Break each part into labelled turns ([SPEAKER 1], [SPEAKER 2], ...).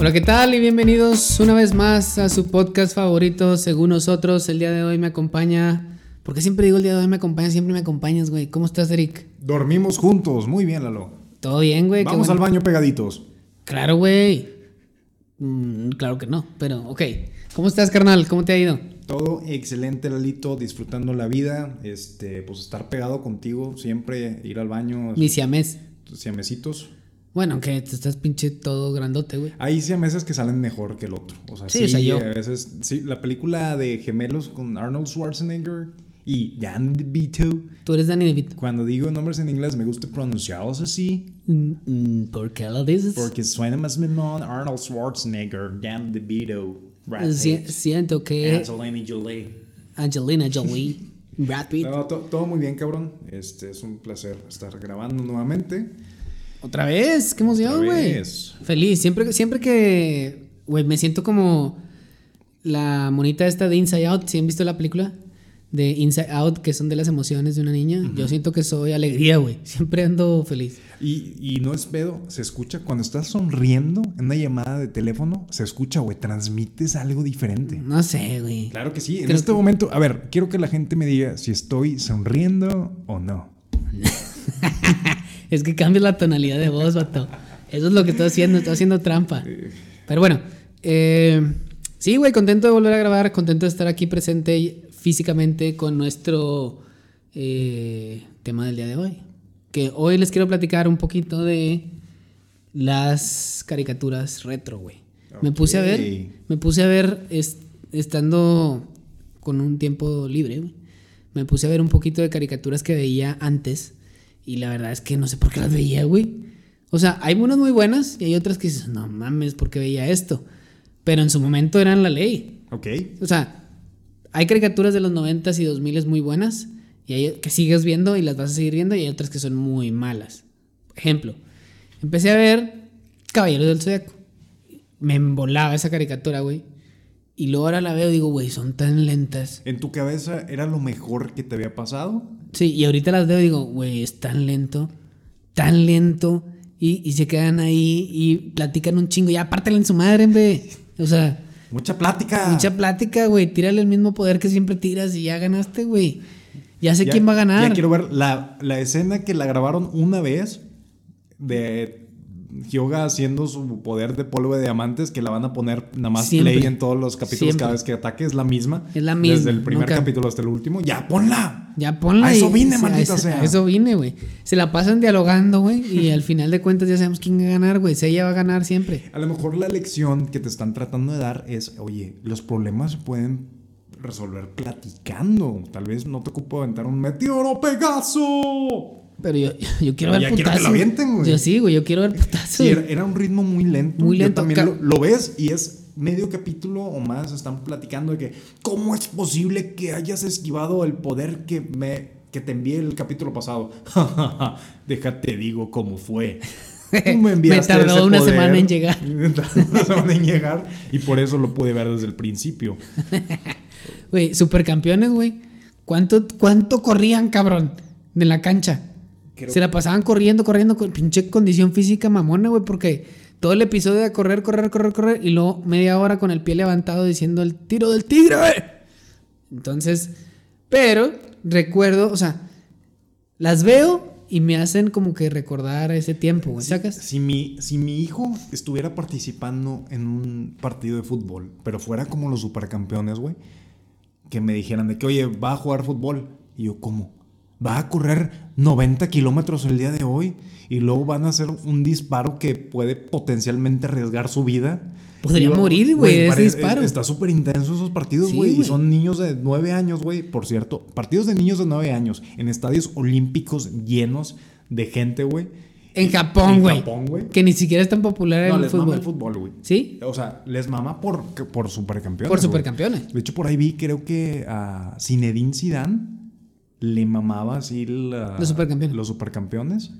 [SPEAKER 1] Hola, ¿qué tal? Y bienvenidos una vez más a su podcast favorito, según nosotros. El día de hoy me acompaña. ¿Por qué siempre digo el día de hoy me acompaña? Siempre me acompañas, güey. ¿Cómo estás, Eric?
[SPEAKER 2] Dormimos juntos, muy bien, Lalo.
[SPEAKER 1] ¿Todo bien, güey? Qué
[SPEAKER 2] Vamos al
[SPEAKER 1] bueno.
[SPEAKER 2] baño pegaditos.
[SPEAKER 1] Claro, güey. Mm, claro que no, pero ok. ¿Cómo estás, carnal? ¿Cómo te ha ido?
[SPEAKER 2] Todo excelente, Lalito, disfrutando la vida. Este, pues estar pegado contigo, siempre ir al baño,
[SPEAKER 1] Mi siamés.
[SPEAKER 2] tus siamesitos.
[SPEAKER 1] Bueno, que te estás pinche todo grandote, güey.
[SPEAKER 2] Hay siameses que salen mejor que el otro. O sea,
[SPEAKER 1] Sí,
[SPEAKER 2] sí,
[SPEAKER 1] o sea, yo.
[SPEAKER 2] a veces. Sí, la película de gemelos con Arnold Schwarzenegger y Dan DeVito.
[SPEAKER 1] Tú eres Danny DeVito.
[SPEAKER 2] Cuando digo nombres en inglés, me gusta pronunciarlos así.
[SPEAKER 1] Mm, mm, ¿Por qué lo dices?
[SPEAKER 2] Porque suena más menor Arnold Schwarzenegger, Dan DeVito, Brad
[SPEAKER 1] Si-
[SPEAKER 2] Pitt,
[SPEAKER 1] siento que
[SPEAKER 2] Angelina Jolie.
[SPEAKER 1] Angelina Jolie, Brad Pitt.
[SPEAKER 2] No, to- todo muy bien, cabrón. Este es un placer estar grabando nuevamente.
[SPEAKER 1] Otra vez, qué emoción,
[SPEAKER 2] Otra
[SPEAKER 1] güey.
[SPEAKER 2] vez.
[SPEAKER 1] Feliz, siempre, que- siempre que, güey, me siento como la monita esta de Inside Out, si han visto la película de Inside Out, que son de las emociones de una niña, yo siento que soy alegría, güey, siempre ando feliz.
[SPEAKER 2] Y, y no es pedo, se escucha cuando estás sonriendo en una llamada de teléfono, se escucha, güey, transmites algo diferente.
[SPEAKER 1] No sé, güey.
[SPEAKER 2] Mm. Claro que sí, en
[SPEAKER 1] Creo
[SPEAKER 2] este momento, a ver, quiero que la gente me diga si estoy sonriendo o no.
[SPEAKER 1] Es que cambias la tonalidad de voz, vato. Eso es lo que estoy haciendo, estoy haciendo trampa. Pero bueno, eh, sí, güey, contento de volver a grabar, contento de estar aquí presente y- físicamente con nuestro eh, tema del día de hoy. Que hoy les quiero platicar un poquito de las caricaturas retro, güey. Me puse a ver,
[SPEAKER 2] Ok.
[SPEAKER 1] me puse a ver es- estando con un tiempo libre, güey. Me puse a ver un poquito de caricaturas que veía antes y la verdad es que no sé por qué las veía, güey. O sea, hay unas muy buenas y hay otras que dices, no mames, ¿por qué veía esto? Pero en su momento eran la ley.
[SPEAKER 2] Ok.
[SPEAKER 1] O sea, hay caricaturas de los 90s y 2000s muy buenas y hay que sigues viendo y las vas a seguir viendo y hay otras que son muy malas. Ejemplo, empecé a ver Caballeros del Zodiaco. Me embolaba esa caricatura, güey. Y luego ahora la veo y digo, güey, son tan lentas.
[SPEAKER 2] ¿En tu cabeza era lo mejor que te había pasado?
[SPEAKER 1] Sí, y ahorita las veo y digo, güey, es tan lento, tan lento. Y, y se quedan ahí y platican un chingo. Ya, pártela en su madre, hombre. O sea,
[SPEAKER 2] Mucha plática.
[SPEAKER 1] mucha plática, güey. Tírale el mismo poder que siempre tiras y ya ganaste, güey. Ya sé
[SPEAKER 2] Ya-
[SPEAKER 1] quién va a ganar.
[SPEAKER 2] Ya quiero ver la, la escena que la grabaron una vez de Hyoga haciendo su poder de polvo de diamantes que la van a poner nada más
[SPEAKER 1] Siempre.
[SPEAKER 2] play en todos los capítulos
[SPEAKER 1] Siempre.
[SPEAKER 2] cada vez que ataque. Es la misma.
[SPEAKER 1] Es la misma,
[SPEAKER 2] Desde el primer
[SPEAKER 1] nunca-
[SPEAKER 2] capítulo hasta el último. ¡Ya, ponla!
[SPEAKER 1] Ya ponla.
[SPEAKER 2] A eso
[SPEAKER 1] y-
[SPEAKER 2] vine,
[SPEAKER 1] sí,
[SPEAKER 2] maldita
[SPEAKER 1] eso-
[SPEAKER 2] sea.
[SPEAKER 1] a eso vine, güey. Se la pasan dialogando, güey. Y al final de cuentas ya sabemos quién va a ganar, güey. Si ella va a ganar siempre.
[SPEAKER 2] A lo mejor la lección que te están tratando de dar es, oye, los problemas se pueden resolver platicando. Tal vez no te ocupa aventar un meteoro Pegaso.
[SPEAKER 1] Pero yo, yo quiero
[SPEAKER 2] Ya
[SPEAKER 1] ver
[SPEAKER 2] quiero que la
[SPEAKER 1] putazos.
[SPEAKER 2] avienten, güey.
[SPEAKER 1] Yo sí, güey. Yo quiero ver putazos.
[SPEAKER 2] Sí, era, era un ritmo muy lento.
[SPEAKER 1] Muy lento,
[SPEAKER 2] Yo
[SPEAKER 1] ca-
[SPEAKER 2] también lo, lo ves y es medio capítulo o más. Están platicando de que, ¿cómo es posible que hayas esquivado el poder que me que te envié el capítulo pasado? Déjate digo cómo fue. Tú
[SPEAKER 1] Me tardó una semana en llegar.
[SPEAKER 2] Me tardó una semana en llegar y por eso lo pude ver desde el principio.
[SPEAKER 1] Güey, supercampeones, güey. ¿Cuánto, ¿Cuánto corrían, cabrón? De la cancha.
[SPEAKER 2] Creo-
[SPEAKER 1] Se la pasaban corriendo, corriendo, con pinche condición física mamona, güey, porque todo el episodio era correr, correr, correr, correr, y luego media hora con el pie levantado diciendo el tiro del tigre, güey. Entonces, pero recuerdo, o sea, las veo y me hacen como que recordar ese tiempo, güey,
[SPEAKER 2] Si-
[SPEAKER 1] ¿sacas?
[SPEAKER 2] Si mi, si mi hijo estuviera participando en un partido de fútbol, pero fuera como los supercampeones, güey, que me dijeran de que, oye, va a jugar fútbol. Y yo, ¿cómo? Va a correr 90 kilómetros el día de hoy y luego van a hacer un disparo que puede potencialmente arriesgar su vida.
[SPEAKER 1] Podría
[SPEAKER 2] Y yo,
[SPEAKER 1] morir, güey, ese
[SPEAKER 2] parece-
[SPEAKER 1] disparo.
[SPEAKER 2] Está súper intenso esos partidos,
[SPEAKER 1] Sí,
[SPEAKER 2] güey. y
[SPEAKER 1] güey.
[SPEAKER 2] son niños de 9 años, güey. Por cierto, partidos de niños de 9 años en estadios olímpicos llenos de gente, güey.
[SPEAKER 1] En
[SPEAKER 2] Y-
[SPEAKER 1] Japón,
[SPEAKER 2] en
[SPEAKER 1] güey.
[SPEAKER 2] Japón, güey.
[SPEAKER 1] Que ni siquiera es tan popular
[SPEAKER 2] No,
[SPEAKER 1] el,
[SPEAKER 2] les mama
[SPEAKER 1] fútbol.
[SPEAKER 2] el fútbol, güey.
[SPEAKER 1] ¿Sí?
[SPEAKER 2] O sea, les mama por, por supercampeones.
[SPEAKER 1] Por
[SPEAKER 2] güey.
[SPEAKER 1] supercampeones.
[SPEAKER 2] De hecho, por ahí vi, creo que a Zinedine Zidane le mamaba así la-
[SPEAKER 1] Los supercampeones.
[SPEAKER 2] los supercampeones.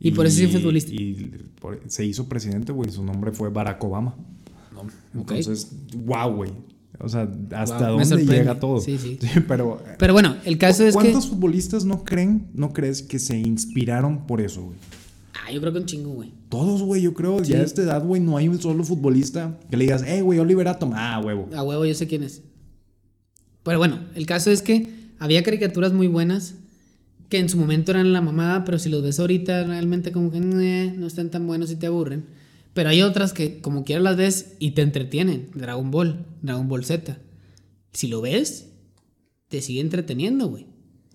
[SPEAKER 1] Y por eso sí es futbolista.
[SPEAKER 2] Y por- se hizo presidente, güey. Su nombre fue Barack Obama.
[SPEAKER 1] ok.
[SPEAKER 2] Entonces, wow, güey. O sea, hasta
[SPEAKER 1] Guau, me
[SPEAKER 2] dónde
[SPEAKER 1] sorprende.
[SPEAKER 2] llega todo.
[SPEAKER 1] Sí, sí.
[SPEAKER 2] pero. eh,
[SPEAKER 1] Pero bueno, el caso es que...
[SPEAKER 2] ¿Cuántos futbolistas no creen, no crees que se inspiraron por eso, güey?
[SPEAKER 1] Ah, yo creo que un chingo, güey.
[SPEAKER 2] Todos, güey, yo creo, ya a esta edad, güey, no hay un solo futbolista que le digas, hey, güey, Oliver Atom. Ah, huevo.
[SPEAKER 1] A huevo, yo sé quién es. Pero bueno, el caso es que había caricaturas muy buenas que en su momento eran la mamada, pero si los ves ahorita realmente como que "Neh, no están tan buenos y te aburren. Pero hay otras que como quiera las ves y te entretienen. Dragon Ball, Dragon Ball Z. Si lo ves, te sigue entreteniendo, güey.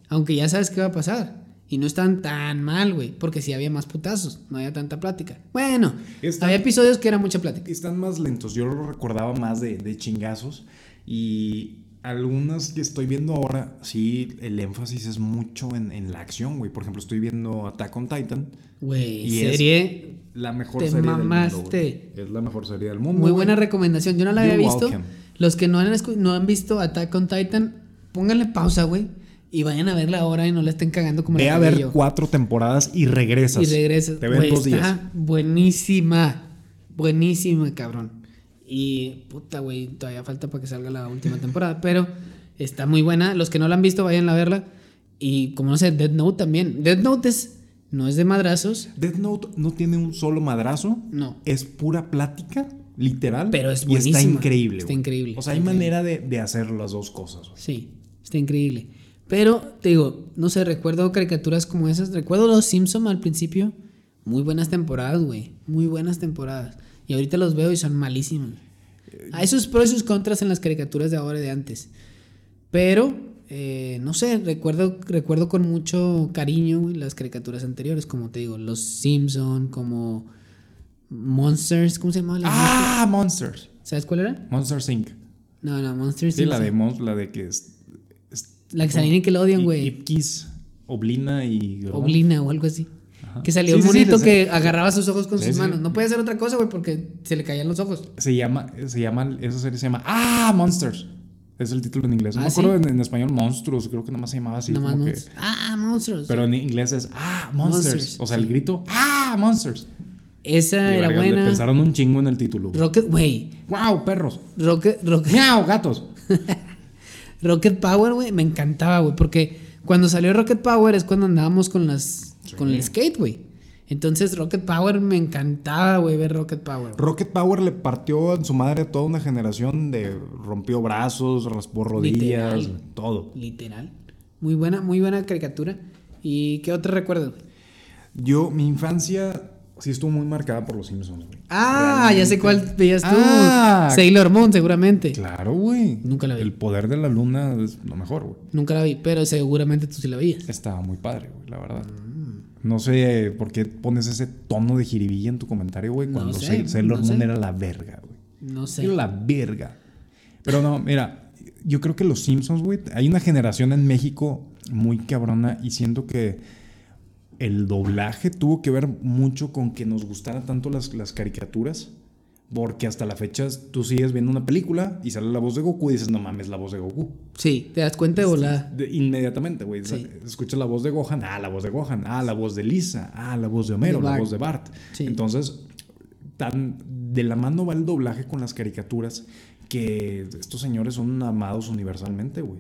[SPEAKER 1] Aunque ya sabes qué va a pasar. Y no están tan mal, güey. Porque si había más putazos, no había tanta plática. Bueno,
[SPEAKER 2] Está-
[SPEAKER 1] había episodios que era mucha plática.
[SPEAKER 2] Están más lentos, yo lo recordaba más de, de chingazos. Y algunas que estoy viendo ahora, sí, el énfasis es mucho en, en la acción, güey. Por ejemplo, estoy viendo Attack on Titan.
[SPEAKER 1] Güey,
[SPEAKER 2] Y es-
[SPEAKER 1] serie.
[SPEAKER 2] La mejor
[SPEAKER 1] Te
[SPEAKER 2] serie
[SPEAKER 1] mamaste.
[SPEAKER 2] del mundo. güey. Es la mejor serie del mundo.
[SPEAKER 1] Muy
[SPEAKER 2] güey.
[SPEAKER 1] buena recomendación. Yo no la había
[SPEAKER 2] You're
[SPEAKER 1] visto.
[SPEAKER 2] welcome.
[SPEAKER 1] Los que no han, escu- no han visto Attack on Titan, pónganle pausa, güey. Y vayan a verla ahora y no la estén cagando como
[SPEAKER 2] Ve
[SPEAKER 1] la
[SPEAKER 2] a
[SPEAKER 1] cagué
[SPEAKER 2] ver
[SPEAKER 1] yo.
[SPEAKER 2] cuatro temporadas y regresas.
[SPEAKER 1] Y regresas.
[SPEAKER 2] Te ven
[SPEAKER 1] Güey,
[SPEAKER 2] dos días.
[SPEAKER 1] está buenísima. Buenísima, cabrón. Y puta, güey, todavía falta para que salga la última temporada. Pero está muy buena. Los que no la han visto, vayan a verla. Y como no sé, Dead Note también. Dead Note es, no es de madrazos,
[SPEAKER 2] Death Note no tiene un solo madrazo.
[SPEAKER 1] No.
[SPEAKER 2] Es pura plática, literal.
[SPEAKER 1] Pero es
[SPEAKER 2] Y está
[SPEAKER 1] buenísima.
[SPEAKER 2] increíble.
[SPEAKER 1] Está
[SPEAKER 2] güey.
[SPEAKER 1] increíble,
[SPEAKER 2] O sea,
[SPEAKER 1] está
[SPEAKER 2] hay
[SPEAKER 1] increíble.
[SPEAKER 2] manera de, de hacer las dos cosas. güey.
[SPEAKER 1] Sí, está increíble. Pero, te digo, no sé, recuerdo caricaturas como esas. Recuerdo los Simpson al principio. Muy buenas temporadas, güey. Muy buenas temporadas. Y ahorita los veo y son malísimos. Hay sus pros y sus contras en las caricaturas de ahora y de antes. Pero, eh, no sé, recuerdo, recuerdo con mucho cariño güey, las caricaturas anteriores, como te digo, los Simpson, como Monsters, ¿cómo se llamaba? la mon-
[SPEAKER 2] Ah, Monsters.
[SPEAKER 1] ¿Sabes cuál era?
[SPEAKER 2] Monsters Inc.
[SPEAKER 1] No, no, Monsters.
[SPEAKER 2] Sí, la
[SPEAKER 1] Simpson.
[SPEAKER 2] de Mons, la de que es.
[SPEAKER 1] La que salía en Nickelodeon, güey.
[SPEAKER 2] Ipkiss, Oblina y.
[SPEAKER 1] Oblina o algo así.
[SPEAKER 2] Ajá.
[SPEAKER 1] Que salió un
[SPEAKER 2] Sí, sí, sí,
[SPEAKER 1] monito
[SPEAKER 2] sí.
[SPEAKER 1] que agarraba sus ojos con
[SPEAKER 2] Sí,
[SPEAKER 1] sus
[SPEAKER 2] sí.
[SPEAKER 1] manos. No podía hacer otra cosa, güey, porque se le caían los ojos.
[SPEAKER 2] Se llama, se llama, esa serie se llama. ¡Ah! Monsters. Es el título en inglés. No
[SPEAKER 1] Ah,
[SPEAKER 2] me acuerdo
[SPEAKER 1] ¿sí?
[SPEAKER 2] en, en español, monstruos. Creo que nomás se llamaba así.
[SPEAKER 1] Nomás
[SPEAKER 2] como que-
[SPEAKER 1] monstruos. Ah, monstruos.
[SPEAKER 2] pero en inglés es. ¡Ah! Monsters.
[SPEAKER 1] Monsters,
[SPEAKER 2] o sea,
[SPEAKER 1] sí.
[SPEAKER 2] el grito. ¡Ah! Monsters.
[SPEAKER 1] Esa
[SPEAKER 2] Y
[SPEAKER 1] era
[SPEAKER 2] verga, Le
[SPEAKER 1] buena.
[SPEAKER 2] pensaron un chingo en el título. güey.
[SPEAKER 1] Rocket, güey.
[SPEAKER 2] ¡Wow! Perros.
[SPEAKER 1] Rocket, Rocket,
[SPEAKER 2] ¡Miau! Gatos.
[SPEAKER 1] Rocket Power, güey. Me encantaba, güey. Porque cuando salió Rocket Power es cuando andábamos con las.
[SPEAKER 2] Sí.
[SPEAKER 1] con el skate, güey. Entonces Rocket Power me encantaba, güey, ver Rocket Power. güey.
[SPEAKER 2] Rocket Power le partió en su madre a toda una generación de rompió brazos, raspó rodillas,
[SPEAKER 1] Literal.
[SPEAKER 2] todo.
[SPEAKER 1] Literal. Muy buena, muy buena caricatura. ¿Y qué otro recuerdo?
[SPEAKER 2] Yo, mi infancia sí estuvo muy marcada por los Simpsons. güey.
[SPEAKER 1] Ah, ya sé cuál veías tú.
[SPEAKER 2] Ah.
[SPEAKER 1] Sailor Moon, seguramente.
[SPEAKER 2] Claro, güey.
[SPEAKER 1] Nunca la vi.
[SPEAKER 2] El poder de la luna es lo mejor, güey.
[SPEAKER 1] Nunca la vi, pero seguramente tú sí la veías.
[SPEAKER 2] Estaba muy padre, güey, la verdad.
[SPEAKER 1] Mm.
[SPEAKER 2] No sé eh, por qué pones ese tono de jiribilla en tu comentario, güey,
[SPEAKER 1] No
[SPEAKER 2] cuando
[SPEAKER 1] sé,
[SPEAKER 2] Sail- Sailor
[SPEAKER 1] no
[SPEAKER 2] Moon
[SPEAKER 1] sé.
[SPEAKER 2] era la verga, güey.
[SPEAKER 1] No sé.
[SPEAKER 2] Era la verga. Pero no, mira, yo creo que los Simpsons, güey, hay una generación en México muy cabrona y siento que el doblaje tuvo que ver mucho con que nos gustaran tanto las, las caricaturas. Porque hasta la fecha tú sigues viendo una película y sale la voz de Goku y dices, no mames, la voz de Goku.
[SPEAKER 1] Sí, te das cuenta de volada.
[SPEAKER 2] Este, De- inmediatamente, güey. O sea,
[SPEAKER 1] Sí.
[SPEAKER 2] Escuchas la voz de Gohan, ah, la voz de Gohan, ah, la voz de Lisa, ah, la voz de Homero,
[SPEAKER 1] De
[SPEAKER 2] la
[SPEAKER 1] Bart.
[SPEAKER 2] voz de Bart.
[SPEAKER 1] Sí.
[SPEAKER 2] Entonces, tan de la mano va el doblaje con las caricaturas que estos señores son amados universalmente, güey.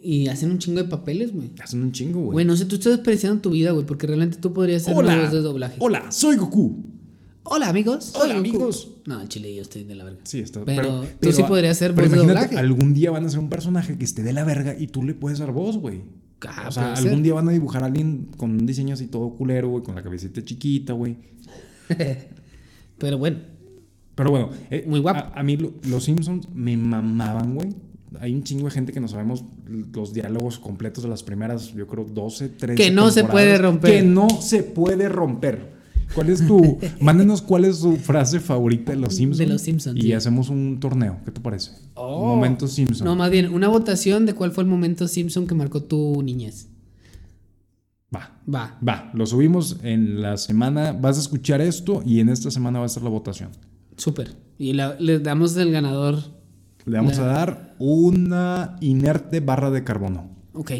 [SPEAKER 1] Y hacen un chingo de papeles, güey.
[SPEAKER 2] Hacen un chingo, güey.
[SPEAKER 1] Güey, no sé, tú estás despreciando tu vida, güey, porque realmente tú podrías ser una
[SPEAKER 2] hola,
[SPEAKER 1] voz de doblaje.
[SPEAKER 2] hola, soy Goku.
[SPEAKER 1] Hola, amigos. Soy
[SPEAKER 2] Hola,
[SPEAKER 1] Goku.
[SPEAKER 2] amigos.
[SPEAKER 1] No, al chile yo estoy de la verga.
[SPEAKER 2] Sí, está.
[SPEAKER 1] Pero tú sí podrías ser
[SPEAKER 2] pero
[SPEAKER 1] voz de
[SPEAKER 2] imagínate,
[SPEAKER 1] doblaje.
[SPEAKER 2] Algún día van a ser un personaje que esté de la verga y tú le puedes dar voz, güey.
[SPEAKER 1] Ah,
[SPEAKER 2] o sea,
[SPEAKER 1] puede
[SPEAKER 2] algún
[SPEAKER 1] ser.
[SPEAKER 2] día van a dibujar a alguien con un diseño así todo culero, güey, con la cabecita chiquita, güey.
[SPEAKER 1] Pero bueno,
[SPEAKER 2] Pero bueno, eh,
[SPEAKER 1] Muy guapo.
[SPEAKER 2] A, a mí lo- los Simpsons me mamaban, güey. Hay un chingo de gente que no sabemos los diálogos completos de las primeras, yo creo, 12, 13.
[SPEAKER 1] Que no se
[SPEAKER 2] temporadas.
[SPEAKER 1] puede romper.
[SPEAKER 2] Que no se puede romper. ¿Cuál es tu. mándenos cuál es su frase favorita de los Simpsons.
[SPEAKER 1] De los Simpsons,
[SPEAKER 2] Y
[SPEAKER 1] sí.
[SPEAKER 2] hacemos un torneo. ¿Qué te parece?
[SPEAKER 1] Oh.
[SPEAKER 2] Momento Simpson.
[SPEAKER 1] no, más bien, una votación de cuál fue el momento Simpson que marcó tu niñez.
[SPEAKER 2] Va.
[SPEAKER 1] Va.
[SPEAKER 2] Va. Lo subimos en la semana. Vas a escuchar esto y en esta semana va a ser la votación.
[SPEAKER 1] Súper. Y la- le damos el ganador.
[SPEAKER 2] Le vamos
[SPEAKER 1] La-
[SPEAKER 2] a dar una inerte barra de carbono.
[SPEAKER 1] Ok.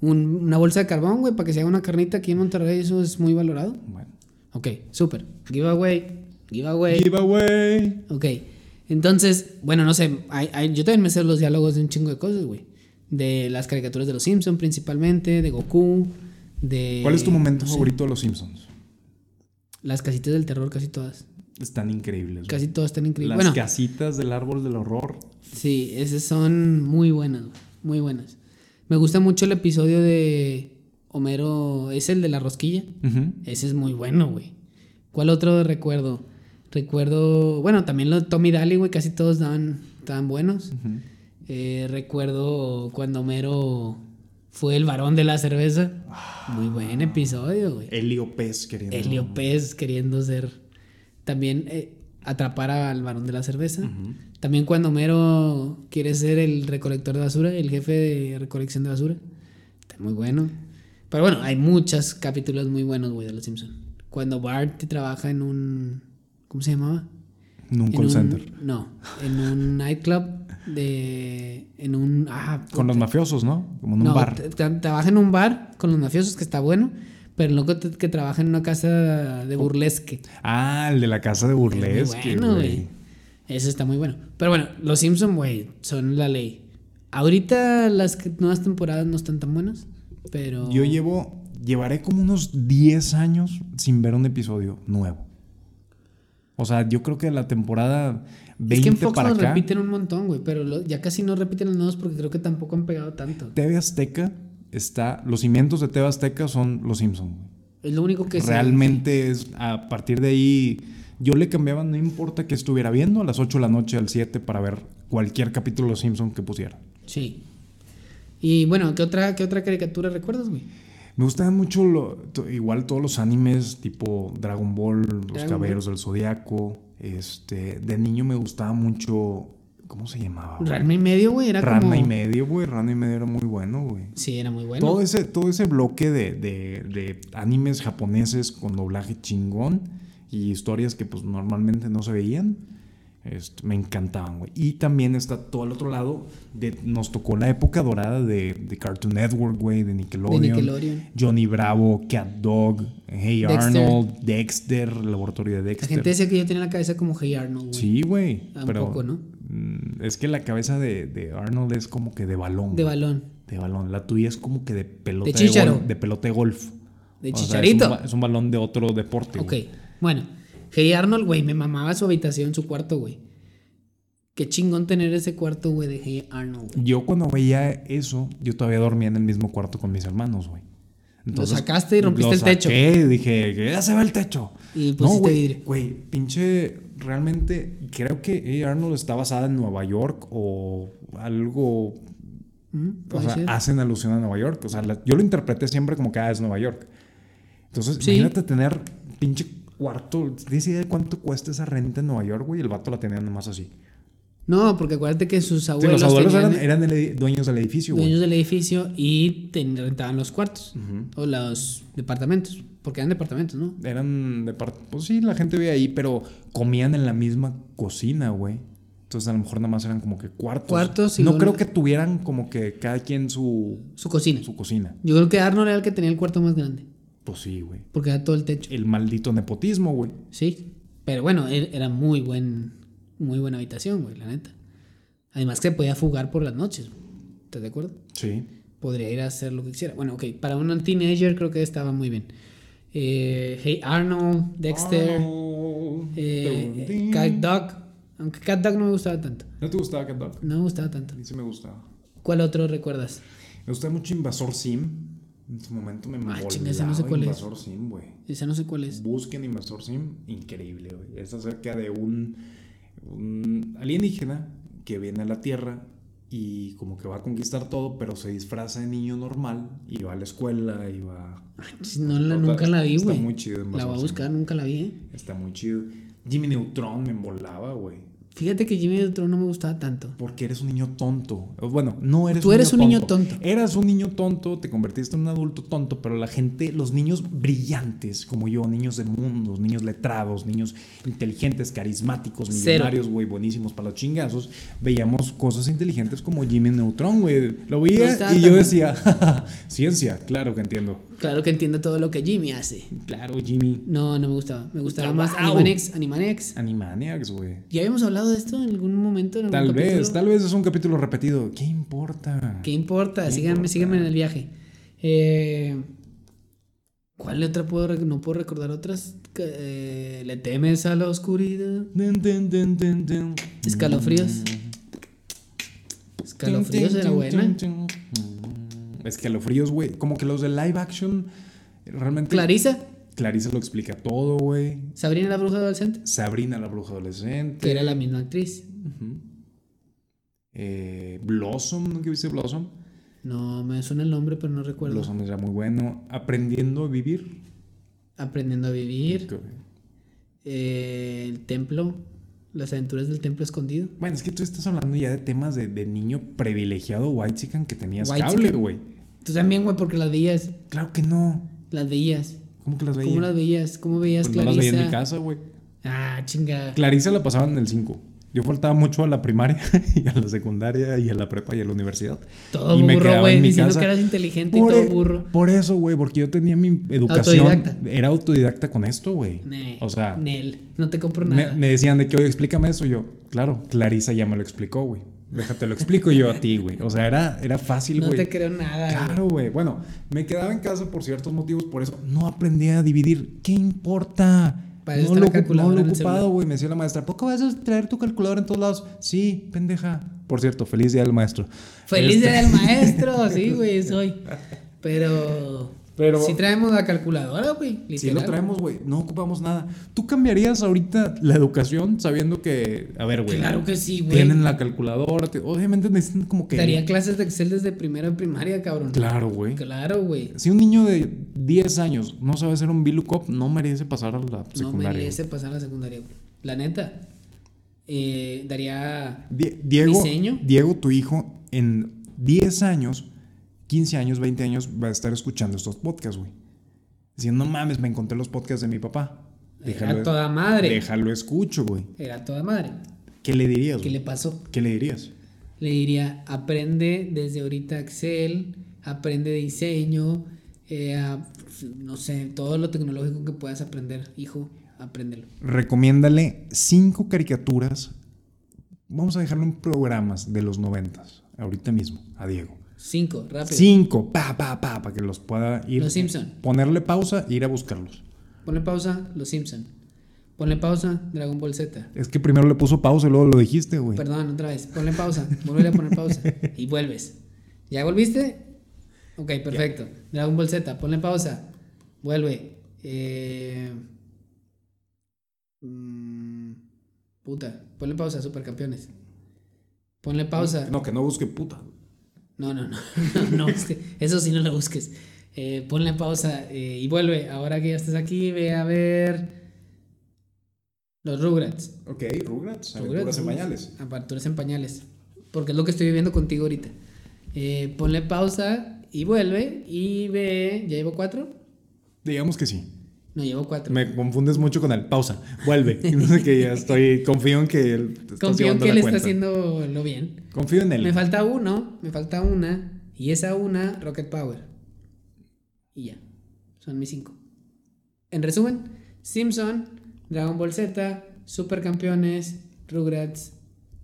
[SPEAKER 1] Un- una bolsa de carbón, güey, para que se haga una carnita aquí en Monterrey, eso es muy valorado.
[SPEAKER 2] Bueno.
[SPEAKER 1] Ok, súper. Giveaway. Giveaway.
[SPEAKER 2] Giveaway.
[SPEAKER 1] Ok. Entonces, bueno, no sé. hay- hay- yo también me sé los diálogos de un chingo de cosas, güey. De las caricaturas de los Simpsons principalmente, de Goku, de... Eh,
[SPEAKER 2] ¿Cuál es tu momento
[SPEAKER 1] no sé.
[SPEAKER 2] favorito de los Simpsons?
[SPEAKER 1] Las casitas del terror, casi todas.
[SPEAKER 2] Están increíbles. güey.
[SPEAKER 1] Casi todas están increíbles.
[SPEAKER 2] Las
[SPEAKER 1] Bueno,
[SPEAKER 2] casitas del árbol del horror.
[SPEAKER 1] sí, esas son muy buenas, güey, muy buenas. Me gusta mucho el episodio de Homero, es el de la rosquilla.
[SPEAKER 2] Ujú.
[SPEAKER 1] Ese es muy bueno, güey. ¿Cuál otro recuerdo? Recuerdo, bueno, también los Tommy Daly, güey, casi todos estaban, estaban buenos.
[SPEAKER 2] Ujú.
[SPEAKER 1] Eh, recuerdo cuando Homero fue el varón de la cerveza. Muy buen episodio, güey.
[SPEAKER 2] Helio Pez queriendo.
[SPEAKER 1] Helio Pez queriendo ser también eh, atrapar al varón de la cerveza.
[SPEAKER 2] Ujú.
[SPEAKER 1] También cuando Homero quiere ser el recolector de basura, el jefe de recolección de basura. Está muy bueno. Pero bueno, hay muchos capítulos muy buenos, güey, de Los Simpson. Cuando Bart trabaja en un... ¿Cómo se llamaba?
[SPEAKER 2] En un
[SPEAKER 1] En
[SPEAKER 2] call
[SPEAKER 1] un-
[SPEAKER 2] center.
[SPEAKER 1] No, en un nightclub de... En un... Ah,
[SPEAKER 2] Con los mafiosos, ¿no? Como en un
[SPEAKER 1] no,
[SPEAKER 2] bar.
[SPEAKER 1] tra- tra- trabaja en un bar con los mafiosos, que está bueno. Pero loco te- que trabaja en una casa de burlesque.
[SPEAKER 2] Ah, el de la casa de
[SPEAKER 1] Es
[SPEAKER 2] burlesque.
[SPEAKER 1] muy bueno,
[SPEAKER 2] güey.
[SPEAKER 1] güey. Eso está muy bueno. Pero bueno, los Simpson, güey, son la ley. Ahorita las que- nuevas temporadas no están tan buenas, pero...
[SPEAKER 2] Yo llevo, llevaré como unos 10 años sin ver un episodio nuevo. O sea, yo creo que la temporada 20
[SPEAKER 1] es que en Fox
[SPEAKER 2] para
[SPEAKER 1] nos
[SPEAKER 2] acá,
[SPEAKER 1] repiten un montón, güey, pero lo- ya casi no repiten los nuevos porque creo que tampoco han pegado tanto.
[SPEAKER 2] TV Azteca está, los cimientos de TV Azteca son los Simpsons.
[SPEAKER 1] Es lo único que... se-
[SPEAKER 2] Realmente es a partir de ahí yo le cambiaba no importa que estuviera viendo a las 8 de la noche al 7 para ver cualquier capítulo de los Simpsons que pusiera.
[SPEAKER 1] Sí. Y bueno, ¿qué otra, qué otra caricatura recuerdas, güey?
[SPEAKER 2] Me gustaban mucho lo- to- igual todos los animes tipo Dragon Ball, Los
[SPEAKER 1] Dragon
[SPEAKER 2] Caballeros del Zodiaco. Este, de niño me gustaba mucho ¿cómo se llamaba? güey?
[SPEAKER 1] Ranma y medio, güey, era
[SPEAKER 2] Ranma
[SPEAKER 1] como...
[SPEAKER 2] y medio, güey, Ranma y medio era muy bueno, güey.
[SPEAKER 1] Sí, era muy bueno.
[SPEAKER 2] Todo ese todo ese bloque de, de- de animes japoneses con doblaje chingón y historias que pues normalmente no se veían. este, me encantaban, güey. Y también está todo el otro lado. De, nos tocó la época dorada de, de Cartoon Network, güey, de
[SPEAKER 1] de Nickelodeon.
[SPEAKER 2] Johnny Bravo, Cat Dog, Hey
[SPEAKER 1] Dexter.
[SPEAKER 2] Arnold, Dexter, Laboratorio de
[SPEAKER 1] La
[SPEAKER 2] Dexter.
[SPEAKER 1] gente decía que yo tenía la cabeza como Hey Arnold, güey.
[SPEAKER 2] Este, Sí, güey.
[SPEAKER 1] Ah, un
[SPEAKER 2] Pero
[SPEAKER 1] poco, ¿no?
[SPEAKER 2] mm, es que la cabeza de, de Arnold es como que de balón.
[SPEAKER 1] De
[SPEAKER 2] güey.
[SPEAKER 1] balón.
[SPEAKER 2] De balón. La tuya es como que de pelota
[SPEAKER 1] De
[SPEAKER 2] de, gol-
[SPEAKER 1] chícharo.
[SPEAKER 2] de pelota de golf.
[SPEAKER 1] De
[SPEAKER 2] O sea, es un
[SPEAKER 1] chicharito.
[SPEAKER 2] ba- es, un, balón de otro deporte.
[SPEAKER 1] Ok,
[SPEAKER 2] güey.
[SPEAKER 1] bueno. Hey Arnold, güey, me mamaba su habitación, su cuarto, güey. Qué chingón tener ese cuarto, güey, de Hey Arnold, güey.
[SPEAKER 2] Yo cuando veía eso, yo todavía dormía en el mismo cuarto con mis hermanos, güey.
[SPEAKER 1] sacaste y rompiste el techo.
[SPEAKER 2] saqué, dije, ya se va el techo.
[SPEAKER 1] Y pues
[SPEAKER 2] No,
[SPEAKER 1] pusiste
[SPEAKER 2] güey,
[SPEAKER 1] vidrio.
[SPEAKER 2] güey, pinche, realmente creo que Hey Arnold está basada en Nueva York o algo,
[SPEAKER 1] Mm,
[SPEAKER 2] o
[SPEAKER 1] puede
[SPEAKER 2] sea,
[SPEAKER 1] ser.
[SPEAKER 2] hacen alusión a Nueva York. O sea, la- yo lo interpreté siempre como que ah, es Nueva York. Entonces,
[SPEAKER 1] Sí.
[SPEAKER 2] imagínate tener pinche cuarto, ¿tienes idea de cuánto cuesta esa renta en Nueva York, güey? El vato la tenía nomás así.
[SPEAKER 1] No, porque acuérdate que sus
[SPEAKER 2] Sí,
[SPEAKER 1] abuelos,
[SPEAKER 2] los abuelos
[SPEAKER 1] tenían
[SPEAKER 2] eran, eran el edi- dueños del edificio, güey.
[SPEAKER 1] dueños del edificio y ten- rentaban los cuartos o los departamentos, porque eran departamentos, ¿no?
[SPEAKER 2] Eran de parte. Pues sí, la gente veía ahí, pero comían en la misma cocina, güey. Entonces a lo mejor nada más eran como que cuartos.
[SPEAKER 1] Cuartos y
[SPEAKER 2] No
[SPEAKER 1] luego-
[SPEAKER 2] creo que tuvieran como que cada quien su,
[SPEAKER 1] Su cocina.
[SPEAKER 2] su cocina.
[SPEAKER 1] Yo creo que Arnold era el que tenía el cuarto más grande,
[SPEAKER 2] Pues sí, güey.
[SPEAKER 1] porque era todo el techo.
[SPEAKER 2] El maldito nepotismo, güey.
[SPEAKER 1] Sí, pero bueno, er- era muy buen, muy buena habitación, güey, la neta. Además que podía fugar por las noches, güey. ¿estás de acuerdo?
[SPEAKER 2] Sí.
[SPEAKER 1] Podría ir a hacer lo que quisiera. Bueno, ok, para un teenager creo que estaba muy bien. Eh, hey Arnold,
[SPEAKER 2] Ah,
[SPEAKER 1] Dexter, eh, Cat Dog, aunque Cat Dog no me gustaba tanto.
[SPEAKER 2] ¿No te gustaba Cat Dog?
[SPEAKER 1] No me gustaba tanto.
[SPEAKER 2] A mí sí me gustaba.
[SPEAKER 1] ¿Cuál otro recuerdas?
[SPEAKER 2] Me gustaba mucho Invasor Sim. En su momento me
[SPEAKER 1] Ah,
[SPEAKER 2] molaba
[SPEAKER 1] chinga, ese no sé cuál es.
[SPEAKER 2] Invasor Sim, güey.
[SPEAKER 1] Esa no sé cuál es.
[SPEAKER 2] Busquen Invasor Sim, increíble, güey. Es acerca de un, un alienígena que viene a la Tierra y como que va a conquistar todo, pero se disfraza de niño normal y va a la escuela y va...
[SPEAKER 1] No, Ah, la,
[SPEAKER 2] Está-
[SPEAKER 1] nunca la vi,
[SPEAKER 2] está
[SPEAKER 1] güey.
[SPEAKER 2] muy chido,
[SPEAKER 1] La
[SPEAKER 2] Invasor
[SPEAKER 1] voy a
[SPEAKER 2] Sim.
[SPEAKER 1] buscar, nunca la vi, eh.
[SPEAKER 2] Está muy chido. Jimmy Neutron me volaba, güey.
[SPEAKER 1] Fíjate que Jimmy Neutron no me gustaba tanto.
[SPEAKER 2] Porque eres un niño tonto. O Bueno, no eres
[SPEAKER 1] Tú eres un niño tonto.
[SPEAKER 2] Eras un niño tonto, te convertiste en un adulto tonto, pero la gente, los niños brillantes como yo, niños de mundos, niños letrados, niños inteligentes, carismáticos,
[SPEAKER 1] Cero.
[SPEAKER 2] millonarios, güey, buenísimos para los chingazos, veíamos cosas inteligentes como Jimmy Neutron, güey. Lo
[SPEAKER 1] No
[SPEAKER 2] veía
[SPEAKER 1] estaba
[SPEAKER 2] y
[SPEAKER 1] tan
[SPEAKER 2] yo
[SPEAKER 1] mal.
[SPEAKER 2] decía, "Ja, ja, ja, ciencia, claro que entiendo.
[SPEAKER 1] Claro que entiendo todo lo que Jimmy hace.
[SPEAKER 2] Claro, Jimmy.
[SPEAKER 1] No, no me gustaba. Me gustaba
[SPEAKER 2] Pero
[SPEAKER 1] más
[SPEAKER 2] Ah, wow.
[SPEAKER 1] Animanex. Animanex.
[SPEAKER 2] Animaniacs, güey.
[SPEAKER 1] ¿Ya habíamos hablado de esto en algún momento? En algún
[SPEAKER 2] Tal vez,
[SPEAKER 1] capítulo?
[SPEAKER 2] tal vez es un capítulo repetido. ¿Qué importa?
[SPEAKER 1] ¿Qué importa?
[SPEAKER 2] ¿Qué
[SPEAKER 1] síganme,
[SPEAKER 2] importa?
[SPEAKER 1] síganme en el viaje. Eh, ¿Cuál otra puedo rec- no puedo recordar otras? Que, eh, Le temes a la oscuridad.
[SPEAKER 2] Dun, dun, dun, dun, dun.
[SPEAKER 1] Escalofríos.
[SPEAKER 2] Mm.
[SPEAKER 1] Escalofríos era buena.
[SPEAKER 2] Escalofríos, Mm, güey. Como que los de live action realmente.
[SPEAKER 1] Clarisa,
[SPEAKER 2] Clarisa lo explica todo, güey.
[SPEAKER 1] Sabrina la bruja adolescente,
[SPEAKER 2] Sabrina la bruja adolescente.
[SPEAKER 1] que era la misma actriz.
[SPEAKER 2] Ujú. Eh, Blossom, ¿nunca viste Blossom?
[SPEAKER 1] No me suena el nombre, pero no recuerdo.
[SPEAKER 2] Blossom era muy bueno. Aprendiendo a vivir.
[SPEAKER 1] Aprendiendo a vivir.
[SPEAKER 2] Que-
[SPEAKER 1] eh, el templo. Las aventuras del templo escondido.
[SPEAKER 2] Bueno, es que tú estás hablando ya de temas de, de niño privilegiado white chicken que tenías
[SPEAKER 1] Whitezican.
[SPEAKER 2] cable, güey.
[SPEAKER 1] Tú también, güey, porque las veías.
[SPEAKER 2] Claro que no.
[SPEAKER 1] Las veías.
[SPEAKER 2] ¿Cómo que las veía?
[SPEAKER 1] ¿Cómo las veías? ¿Cómo veías
[SPEAKER 2] Pues no las veía en mi
[SPEAKER 1] Clarisa?
[SPEAKER 2] casa, güey.
[SPEAKER 1] Ah, chinga.
[SPEAKER 2] Clarisa la pasaban en el 5. Yo faltaba mucho a la primaria y a la secundaria y a la prepa y a la universidad.
[SPEAKER 1] Todo
[SPEAKER 2] y
[SPEAKER 1] burro,
[SPEAKER 2] quedaba
[SPEAKER 1] güey.
[SPEAKER 2] en mi
[SPEAKER 1] Diciendo
[SPEAKER 2] casa.
[SPEAKER 1] que eras inteligente y todo
[SPEAKER 2] e-
[SPEAKER 1] burro.
[SPEAKER 2] por eso, güey, porque yo tenía mi educación.
[SPEAKER 1] Autodidacta.
[SPEAKER 2] Era autodidacta con esto, güey.
[SPEAKER 1] Ne-
[SPEAKER 2] O sea,
[SPEAKER 1] Nel, no te compro
[SPEAKER 2] me,
[SPEAKER 1] nada.
[SPEAKER 2] me decían de que, oye, explícame eso. Y yo, claro, Clarisa ya me lo explicó, güey. Déjate lo explico yo a ti, güey. O sea, era, era fácil,
[SPEAKER 1] no
[SPEAKER 2] güey.
[SPEAKER 1] te creo nada. güey.
[SPEAKER 2] Claro, güey. Bueno, me quedaba en casa por ciertos motivos, por eso no aprendí a dividir. ¿Qué importa?
[SPEAKER 1] Para eso
[SPEAKER 2] no
[SPEAKER 1] está la
[SPEAKER 2] lo, ocu- no
[SPEAKER 1] calculadora
[SPEAKER 2] lo
[SPEAKER 1] en el
[SPEAKER 2] ocupado,
[SPEAKER 1] celular.
[SPEAKER 2] güey. Me decía la maestra, ¿poco vas a traer tu calculadora en todos lados? Sí, pendeja. Por cierto, feliz día del maestro.
[SPEAKER 1] Feliz
[SPEAKER 2] Este-
[SPEAKER 1] día del maestro, sí, güey, soy. Pero.
[SPEAKER 2] Pero-
[SPEAKER 1] Sí traemos la calculadora, güey.
[SPEAKER 2] Sí lo
[SPEAKER 1] literal.
[SPEAKER 2] traemos, güey. No ocupamos nada. ¿Tú cambiarías ahorita la educación sabiendo que, a ver, güey,
[SPEAKER 1] Claro que sí, güey.
[SPEAKER 2] tienen la calculadora? te- Obviamente necesitan como que...
[SPEAKER 1] Daría clases de Excel desde primero de primaria, cabrón.
[SPEAKER 2] Claro, güey.
[SPEAKER 1] Claro, güey.
[SPEAKER 2] Si un niño de 10 años no sabe hacer un VLOOKUP, no merece pasar a la
[SPEAKER 1] No
[SPEAKER 2] secundaria.
[SPEAKER 1] merece pasar a la secundaria, güey. La neta. Eh, daría.
[SPEAKER 2] Die- Diego,
[SPEAKER 1] Diseño.
[SPEAKER 2] Diego, tu hijo, en 10 años, 15 años, 20 años, va a estar escuchando estos podcasts, güey. Diciendo, no mames, me encontré los podcasts de mi papá.
[SPEAKER 1] Era toda madre.
[SPEAKER 2] Déjalo escucho, güey.
[SPEAKER 1] Era toda madre.
[SPEAKER 2] ¿Qué le dirías?
[SPEAKER 1] ¿Qué
[SPEAKER 2] güey?
[SPEAKER 1] le pasó?
[SPEAKER 2] ¿Qué le dirías?
[SPEAKER 1] Le diría, aprende desde ahorita Excel, aprende diseño, eh, a- no sé, todo lo tecnológico que puedas aprender, hijo, apréndelo.
[SPEAKER 2] Recomiéndale 5 caricaturas. Vamos a dejarlo en programas de los 90 ahorita mismo, a Diego.
[SPEAKER 1] Cinco, rápido.
[SPEAKER 2] 5, pa, pa, pa, para que los pueda ir.
[SPEAKER 1] Los Simpson.
[SPEAKER 2] Ponerle pausa e ir a buscarlos.
[SPEAKER 1] Ponle pausa, Los Simpson. Ponle pausa, Dragon Ball Z.
[SPEAKER 2] Es que primero le puso pausa y luego lo dijiste, güey.
[SPEAKER 1] Perdón, otra vez. Ponle pausa, vuelve a poner pausa y vuelves. ¿Ya volviste? Ok, perfecto. Dragon Ball Z, ponle pausa, vuelve. Eh, mm, puta, ponle pausa, Supercampeones. Ponle pausa.
[SPEAKER 2] No, que no busque puta.
[SPEAKER 1] No, no, no, no, no, es que eso sí no lo busques. Eh, ponle pausa eh, y vuelve. Ahora que ya estás aquí, ve a ver los Rugrats.
[SPEAKER 2] Ok, Rugrats,
[SPEAKER 1] Rugrats, ¿no? Aventuras en pañales. Porque es lo que estoy viviendo contigo ahorita. Eh, ponle pausa y vuelve y ve. ¿Ya llevo cuatro?
[SPEAKER 2] Digamos que sí.
[SPEAKER 1] No, llevo cuatro.
[SPEAKER 2] Me confundes mucho con el pausa, vuelve. No sé que ya estoy, confío en que él te estás
[SPEAKER 1] Confío en
[SPEAKER 2] llevando
[SPEAKER 1] que
[SPEAKER 2] la
[SPEAKER 1] él está
[SPEAKER 2] cuenta.
[SPEAKER 1] haciendo lo bien.
[SPEAKER 2] Confío en él.
[SPEAKER 1] Me falta uno, me falta una. Y esa una, Rocket Power. Y ya. Son mis cinco. En resumen, Simpson, Dragon Ball Z, Supercampeones, Rugrats,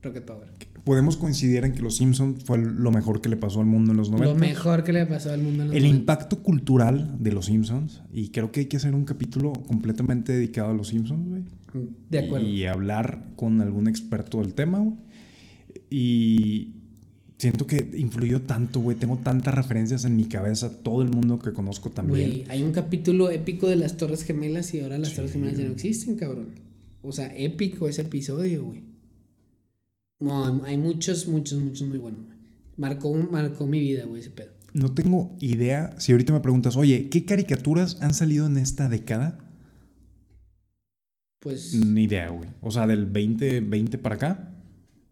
[SPEAKER 1] Rocket Power.
[SPEAKER 2] Podemos coincidir en que Los Simpsons fue lo mejor que le pasó al mundo en los 90.
[SPEAKER 1] Lo mejor que le pasó al mundo en los
[SPEAKER 2] El
[SPEAKER 1] 90.
[SPEAKER 2] impacto cultural de Los Simpsons. Y creo que hay que hacer un capítulo completamente dedicado a Los Simpsons, güey.
[SPEAKER 1] De acuerdo.
[SPEAKER 2] Y hablar con algún experto del tema, güey. Y siento que influyó tanto, güey. Tengo tantas referencias en mi cabeza. Todo el mundo que conozco también.
[SPEAKER 1] Güey, hay un capítulo épico de las Torres Gemelas y ahora las Torres Gemelas ya no existen, cabrón. O sea, épico ese episodio, güey. No, hay muchos, muchos, muchos muy buenos, güey. Marcó, marcó mi vida, güey, ese pedo.
[SPEAKER 2] No tengo idea. Si ahorita me preguntas, oye, ¿qué caricaturas han salido en esta década?
[SPEAKER 1] Pues,
[SPEAKER 2] Ni idea, güey. O sea, del 2020 para acá.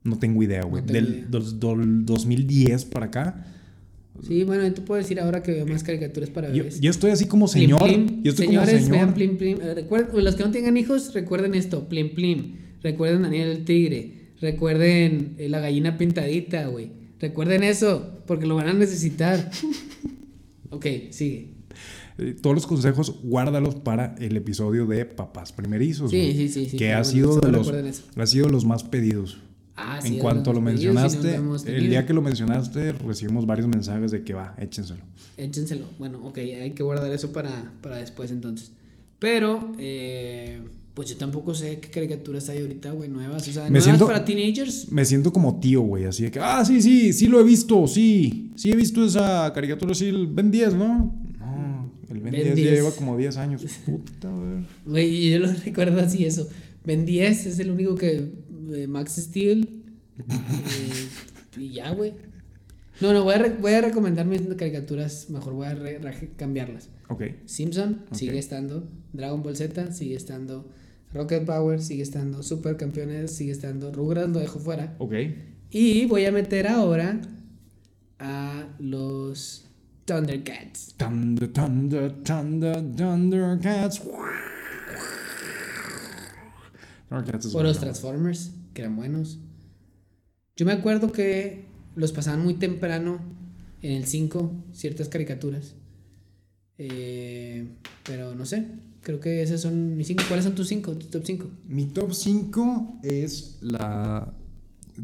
[SPEAKER 2] No tengo idea, güey.
[SPEAKER 1] No tengo idea.
[SPEAKER 2] del dos- dol- 2010 para acá.
[SPEAKER 1] sí, bueno, yo te puedo decir ahora que veo más caricaturas para
[SPEAKER 2] Yo,
[SPEAKER 1] bebés.
[SPEAKER 2] yo estoy así como señor.
[SPEAKER 1] Plim, plim.
[SPEAKER 2] Yo estoy
[SPEAKER 1] Señores,
[SPEAKER 2] como señor.
[SPEAKER 1] vean Plim Plim. Eh, recuer- los que no tengan hijos, recuerden esto, Plim Plim. Recuerden Daniel el Tigre. Recuerden eh, la gallina pintadita, güey. Recuerden eso, porque lo van a necesitar. ok, sigue.
[SPEAKER 2] Eh, Todos los consejos, guárdalos para el episodio de Papás Primerizos.
[SPEAKER 1] Sí,
[SPEAKER 2] güey,
[SPEAKER 1] sí, sí, sí,
[SPEAKER 2] Que
[SPEAKER 1] pero
[SPEAKER 2] ha
[SPEAKER 1] bueno,
[SPEAKER 2] sido, de
[SPEAKER 1] solo
[SPEAKER 2] los,
[SPEAKER 1] recuerden eso.
[SPEAKER 2] ha sido de los más pedidos.
[SPEAKER 1] Ah,
[SPEAKER 2] en
[SPEAKER 1] sí,
[SPEAKER 2] cuanto lo
[SPEAKER 1] hablamos de ellos y no
[SPEAKER 2] mencionaste,
[SPEAKER 1] hemos
[SPEAKER 2] el
[SPEAKER 1] tenido.
[SPEAKER 2] día que lo mencionaste, recibimos varios mensajes de que va, échenselo.
[SPEAKER 1] Échenselo. Bueno, ok, hay que guardar eso para, para después entonces. Pero, eh, pues yo tampoco sé qué caricaturas hay ahorita, güey, nuevas. O sea,
[SPEAKER 2] Me
[SPEAKER 1] nuevas
[SPEAKER 2] siento-
[SPEAKER 1] para teenagers.
[SPEAKER 2] Me siento como tío, güey, así de que, ah, sí, sí, sí lo he visto, sí, sí he visto esa caricatura, sí, el Ben 10, ¿no? No, el Ben,
[SPEAKER 1] Ben
[SPEAKER 2] 10, ya
[SPEAKER 1] 10.
[SPEAKER 2] lleva como 10 años, puta, a ver.
[SPEAKER 1] Güey, yo lo recuerdo así, eso. Ben 10 es el único que. eh, Max Steel. eh, y ya, güey. No, no, voy a, re- voy a recomendar mis caricaturas. Mejor voy a re- re- cambiarlas.
[SPEAKER 2] Ok,
[SPEAKER 1] Simpson
[SPEAKER 2] Ok.
[SPEAKER 1] sigue estando, Dragon Ball Z sigue estando, Rocket Power sigue estando, Super Campeones sigue estando, Rugrats lo dejo fuera.
[SPEAKER 2] ok,
[SPEAKER 1] Y voy a meter ahora a los Thundercats.
[SPEAKER 2] Thunder, thunder, thunder, thundercats. Thundercats es
[SPEAKER 1] O los
[SPEAKER 2] Pues bueno.
[SPEAKER 1] Transformers, que eran buenos. Yo me acuerdo que los pasaban muy temprano en el 5, ciertas caricaturas. Eh, pero no sé, creo que esos son mis 5. ¿Cuáles son tus 5? Tu top 5.
[SPEAKER 2] Mi top 5 es la.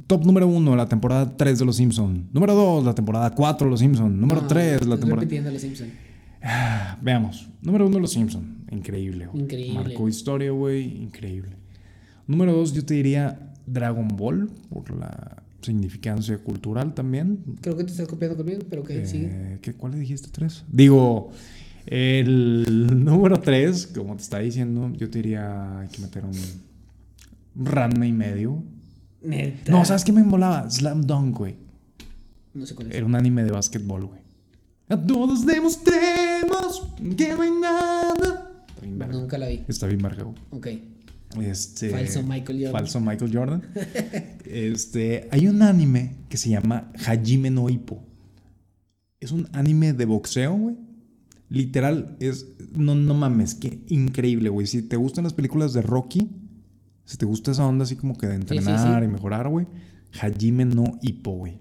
[SPEAKER 2] Top número 1, la temporada 3 de Los Simpson. Número 2, la temporada 4 de Los Simpson.
[SPEAKER 1] Ah,
[SPEAKER 2] Número 3, la temporada.
[SPEAKER 1] Repitiendo los Simpsons.
[SPEAKER 2] Ah, Veamos. Número 1, Los Simpson. Increíble, güey.
[SPEAKER 1] Increíble.
[SPEAKER 2] Marcó historia, güey. Increíble. Número 2, yo te diría Dragon Ball, por la significancia cultural también.
[SPEAKER 1] Creo que te estás copiando conmigo, pero que
[SPEAKER 2] Eh,
[SPEAKER 1] sigue.
[SPEAKER 2] ¿qué- ¿Cuál le dijiste tres? Digo, el número tres, como te está diciendo, yo te diría hay que meter un, un Ranma y medio.
[SPEAKER 1] Neta.
[SPEAKER 2] No, ¿sabes qué me embolaba? Slam Dunk, güey.
[SPEAKER 1] No sé cuál es.
[SPEAKER 2] Era un anime de básquetbol, güey. A todos demostremos que no hay nada. Está bien verga.
[SPEAKER 1] Nunca la vi.
[SPEAKER 2] Está bien verga, güey.
[SPEAKER 1] Ok.
[SPEAKER 2] Este,
[SPEAKER 1] Falso Michael Jordan.
[SPEAKER 2] Falso Michael Jordan. este, hay un anime que se llama Hajime no Ippo. Es un anime de boxeo, güey. Literal, es. No, no mames, qué increíble, güey. Si te gustan las películas de Rocky, si te gusta esa onda así como que de
[SPEAKER 1] sí,
[SPEAKER 2] entrenar
[SPEAKER 1] sí.
[SPEAKER 2] y mejorar, güey. Hajime no Ippo, güey.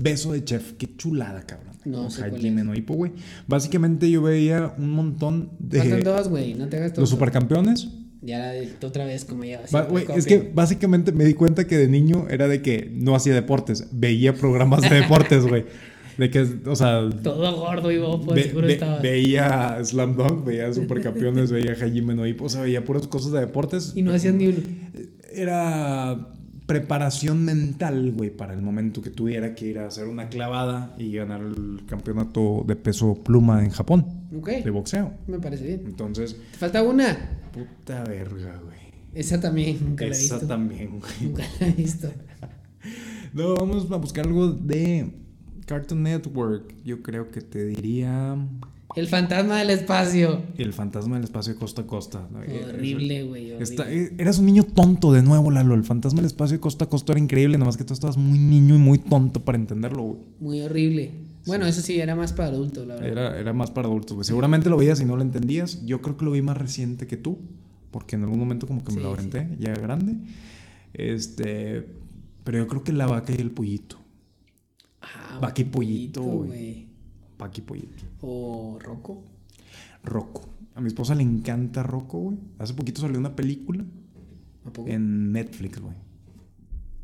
[SPEAKER 2] Beso de chef, qué chulada, cabrón.
[SPEAKER 1] No sé cuál
[SPEAKER 2] Hajime
[SPEAKER 1] es.
[SPEAKER 2] no Ippo, güey. Básicamente yo veía un montón
[SPEAKER 1] Faltan
[SPEAKER 2] de.
[SPEAKER 1] dos, güey. No te hagas todo.
[SPEAKER 2] Los supercampeones.
[SPEAKER 1] Ya la de- otra vez, como ya.
[SPEAKER 2] Ba-
[SPEAKER 1] siempre
[SPEAKER 2] güey, es que
[SPEAKER 1] copia.
[SPEAKER 2] básicamente me di cuenta que de niño era de que no hacía deportes, veía programas de deportes, güey. De que, o sea,
[SPEAKER 1] Todo gordo y bobo,
[SPEAKER 2] ve-
[SPEAKER 1] seguro
[SPEAKER 2] ve-
[SPEAKER 1] estabas.
[SPEAKER 2] veía Slam Dunk, veía Supercampeones, veía Hajime no Ippo, o sea, veía puras cosas de deportes.
[SPEAKER 1] Y no hacían ni uno.
[SPEAKER 2] Era preparación mental, güey, para el momento que tuviera que ir a hacer una clavada y ganar el campeonato de peso pluma en Japón,
[SPEAKER 1] Ok.
[SPEAKER 2] de boxeo.
[SPEAKER 1] Me parece bien.
[SPEAKER 2] Entonces,
[SPEAKER 1] Te falta una.
[SPEAKER 2] puta verga, güey.
[SPEAKER 1] Esa también. Nunca la he
[SPEAKER 2] Esa
[SPEAKER 1] visto.
[SPEAKER 2] también, güey.
[SPEAKER 1] Nunca la he visto.
[SPEAKER 2] No, vamos a buscar algo de Cartoon Network. Yo creo que te diría
[SPEAKER 1] El fantasma del espacio.
[SPEAKER 2] El fantasma del espacio de costa a costa. Eh,
[SPEAKER 1] Horrible, güey. horrible.
[SPEAKER 2] Está- eh, eras un niño tonto de nuevo, Lalo. El fantasma del espacio de costa a costa era increíble, nomás que tú estabas muy niño y muy tonto para entenderlo, güey.
[SPEAKER 1] Muy horrible. Bueno, eso sí, era más para adultos, la verdad.
[SPEAKER 2] Era, era más para adultos, güey. Seguramente lo veías y no lo entendías. Yo creo que lo vi más reciente que tú, porque en algún momento como que me
[SPEAKER 1] Sí,
[SPEAKER 2] lo
[SPEAKER 1] sí.
[SPEAKER 2] aventé, ya grande. Este, pero yo creo que la vaca y el pollito.
[SPEAKER 1] Ah,
[SPEAKER 2] Vaca y pollito,
[SPEAKER 1] pollito,
[SPEAKER 2] güey. Vaca y pollito.
[SPEAKER 1] O Rocco.
[SPEAKER 2] Rocco. A mi esposa le encanta Rocco, güey. Hace poquito salió una película
[SPEAKER 1] ¿A poco?
[SPEAKER 2] en Netflix, güey.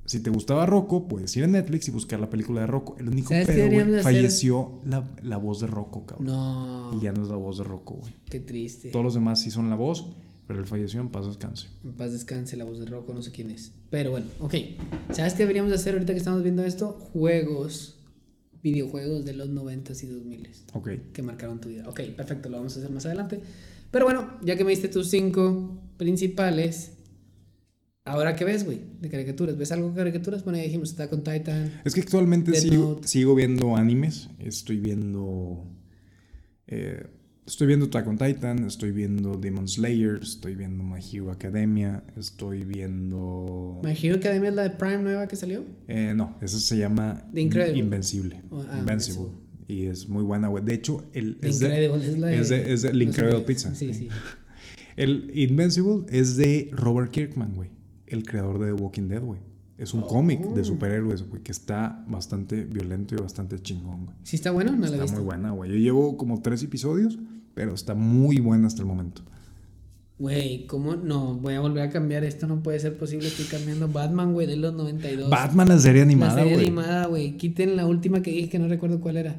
[SPEAKER 2] Si te gustaba Rocco, puedes ir a Netflix y buscar la película de Rocco. El único
[SPEAKER 1] ¿Sabes qué
[SPEAKER 2] pedo,
[SPEAKER 1] deberían de
[SPEAKER 2] güey,
[SPEAKER 1] hacer?
[SPEAKER 2] falleció la, la voz de Rocco, cabrón.
[SPEAKER 1] No.
[SPEAKER 2] Y ya no es la voz de Rocco, güey.
[SPEAKER 1] Qué triste.
[SPEAKER 2] Todos los demás sí son la voz, pero él falleció en paz descanse.
[SPEAKER 1] En paz descanse la voz de Rocco, no sé quién es. Pero bueno, ok. ¿Sabes qué deberíamos de hacer ahorita que estamos viendo esto? Juegos, videojuegos de los 90s y 2000s
[SPEAKER 2] Ok.
[SPEAKER 1] que marcaron tu vida. Ok, perfecto, lo vamos a hacer más adelante. Pero bueno, ya que me diste tus cinco principales, ¿ahora qué ves, güey? De caricaturas. ¿Ves algo de caricaturas? Bueno, ya dijimos, está con Titan.
[SPEAKER 2] Es que actualmente
[SPEAKER 1] Death
[SPEAKER 2] sigo,
[SPEAKER 1] Note.
[SPEAKER 2] sigo viendo animes. Estoy viendo. eh, estoy viendo Attack on Titan. Estoy viendo Demon Slayer. Estoy viendo My Hero Academia. Estoy viendo.
[SPEAKER 1] Me imagino que es la de Prime nueva que salió.
[SPEAKER 2] Eh, no, eso se llama
[SPEAKER 1] The Incredible.
[SPEAKER 2] Invencible.
[SPEAKER 1] Oh, ah,
[SPEAKER 2] Invincible. Y es muy buena, güey. De hecho, el,
[SPEAKER 1] The
[SPEAKER 2] es, de,
[SPEAKER 1] Incredible, es la de...
[SPEAKER 2] es de- es de- el
[SPEAKER 1] no sé
[SPEAKER 2] Incredible
[SPEAKER 1] qué.
[SPEAKER 2] Pizza.
[SPEAKER 1] Sí, sí.
[SPEAKER 2] el Invincible es de Robert Kirkman, güey. El creador de The Walking Dead, güey. Es un cómic
[SPEAKER 1] Oh.
[SPEAKER 2] de superhéroes, güey, que está bastante violento y bastante chingón, güey.
[SPEAKER 1] ¿Sí está bueno? No la he
[SPEAKER 2] Está
[SPEAKER 1] visto.
[SPEAKER 2] muy buena, güey. Yo llevo como tres episodios, pero está muy buena hasta el momento.
[SPEAKER 1] Güey, ¿cómo? No, voy a volver a cambiar esto, no puede ser posible, estoy cambiando Batman, güey, de los 92.
[SPEAKER 2] Batman, la serie
[SPEAKER 1] la
[SPEAKER 2] animada,
[SPEAKER 1] serie
[SPEAKER 2] güey.
[SPEAKER 1] animada, güey. Quiten la última que dije que no recuerdo cuál era.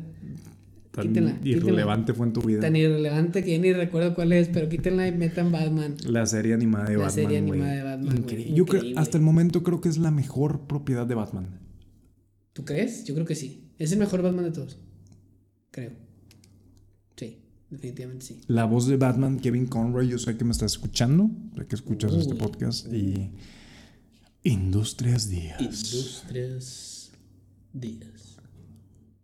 [SPEAKER 2] Tan
[SPEAKER 1] Quítenla, quítenla.
[SPEAKER 2] irrelevante fue en tu vida.
[SPEAKER 1] Tan irrelevante que ya ni recuerdo cuál es, pero quítenla y metan Batman.
[SPEAKER 2] La serie animada de
[SPEAKER 1] La
[SPEAKER 2] Batman.
[SPEAKER 1] serie
[SPEAKER 2] güey.
[SPEAKER 1] animada de Batman, güey.
[SPEAKER 2] Increíble. Yo creo,
[SPEAKER 1] Increíble.
[SPEAKER 2] hasta el momento creo que es la mejor propiedad de Batman.
[SPEAKER 1] ¿Tú crees? Yo creo que sí. Es el mejor Batman de todos. Creo. Sí, definitivamente sí.
[SPEAKER 2] La voz de Batman, Kevin Conroy, yo sé que me estás escuchando, sé que escuchas este
[SPEAKER 1] Uy.
[SPEAKER 2] podcast y... Industrias Díaz.
[SPEAKER 1] Industrias Díaz.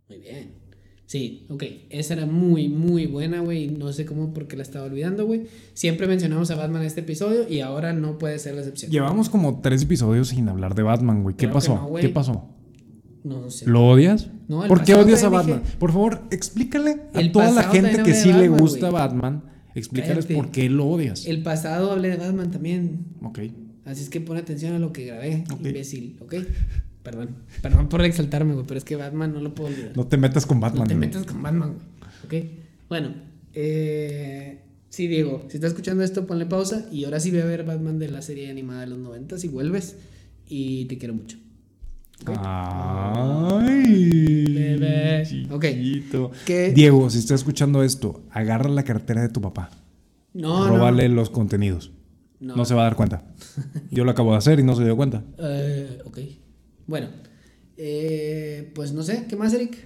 [SPEAKER 1] Muy bien. Sí, ok. Esa era muy, muy buena, güey. No sé cómo porque la estaba olvidando, güey. Siempre mencionamos a Batman en este episodio y ahora no puede ser la excepción.
[SPEAKER 2] Llevamos como tres episodios sin hablar de Batman, güey. ¿Qué
[SPEAKER 1] Claro que
[SPEAKER 2] pasó?
[SPEAKER 1] no, güey.
[SPEAKER 2] ¿Qué pasó?
[SPEAKER 1] No sé.
[SPEAKER 2] ¿Lo odias?
[SPEAKER 1] Este, No, el
[SPEAKER 2] ¿Por qué
[SPEAKER 1] pasado
[SPEAKER 2] odias a
[SPEAKER 1] también
[SPEAKER 2] Batman?
[SPEAKER 1] dije-
[SPEAKER 2] Por favor, explícale a
[SPEAKER 1] El
[SPEAKER 2] toda la
[SPEAKER 1] pasado
[SPEAKER 2] gente
[SPEAKER 1] también hablé
[SPEAKER 2] que
[SPEAKER 1] de
[SPEAKER 2] sí le
[SPEAKER 1] Batman,
[SPEAKER 2] gusta
[SPEAKER 1] güey.
[SPEAKER 2] Batman, explícales
[SPEAKER 1] Cállate.
[SPEAKER 2] por qué lo odias.
[SPEAKER 1] El pasado hablé de Batman también.
[SPEAKER 2] Ok.
[SPEAKER 1] Así es que pon atención a lo que grabé,
[SPEAKER 2] Ok.
[SPEAKER 1] imbécil, ¿ok? Perdón. Perdón por exaltarme, güey, pero es que Batman no lo puedo olvidar.
[SPEAKER 2] No te metas con
[SPEAKER 1] No
[SPEAKER 2] Batman.
[SPEAKER 1] te
[SPEAKER 2] güey.
[SPEAKER 1] metas con Batman, güey. ¿Ok? Bueno, eh, sí, Diego, si estás escuchando esto, ponle pausa y ahora sí ve a ver Batman de la serie animada de los 90 y vuelves. Y te quiero mucho.
[SPEAKER 2] Ay,
[SPEAKER 1] Bebé.
[SPEAKER 2] chiquito.
[SPEAKER 1] ¿Qué?
[SPEAKER 2] Diego, si está escuchando esto, agarra la cartera de tu papá.
[SPEAKER 1] No,
[SPEAKER 2] róbale los contenidos.
[SPEAKER 1] no.
[SPEAKER 2] No. se va a dar cuenta. Yo lo acabo de hacer y no se dio cuenta.
[SPEAKER 1] Eh, ok. Bueno, eh, pues no sé, ¿qué más, Eric?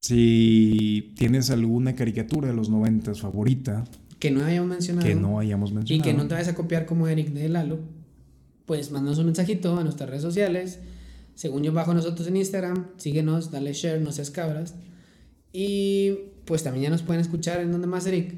[SPEAKER 2] Si tienes alguna caricatura de los noventas favorita
[SPEAKER 1] Que no hayamos mencionado.
[SPEAKER 2] que no hayamos
[SPEAKER 1] Y
[SPEAKER 2] mencionado.
[SPEAKER 1] que no te vayas a copiar como Eric de Lalo, pues mándanos un mensajito a nuestras redes sociales. Según yo, bajo nosotros en Instagram, síguenos, dale share, no seas cabras. Y pues también ya nos pueden escuchar en donde más, Eric.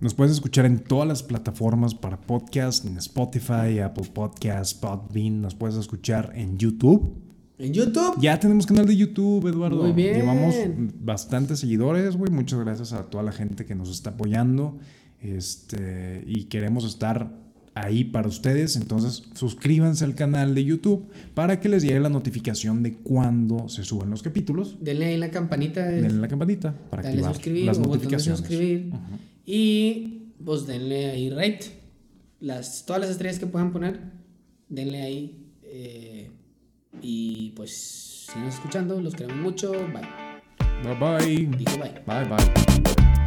[SPEAKER 2] Nos puedes escuchar en todas las plataformas para podcast, en Spotify, Apple Podcasts, Podbean. Nos puedes escuchar en YouTube.
[SPEAKER 1] En YouTube.
[SPEAKER 2] Ya tenemos canal de YouTube, Eduardo.
[SPEAKER 1] Muy bien.
[SPEAKER 2] Llevamos bastantes seguidores, güey. Muchas gracias a toda la gente que nos está apoyando. Este, y queremos estar ahí para ustedes. Entonces, suscríbanse al canal de YouTube para que les llegue la notificación de cuando se suben los capítulos.
[SPEAKER 1] Denle ahí la campanita.
[SPEAKER 2] Denle la campanita para
[SPEAKER 1] dale
[SPEAKER 2] activar
[SPEAKER 1] suscribir
[SPEAKER 2] las
[SPEAKER 1] o botón de
[SPEAKER 2] notificaciones.
[SPEAKER 1] suscribir. Y pues denle ahí rate. Las, todas las estrellas que puedan poner, denle ahí. eh, y pues, síganos escuchando. Los queremos mucho. Bye.
[SPEAKER 2] Bye bye.
[SPEAKER 1] Digo bye.
[SPEAKER 2] Bye bye.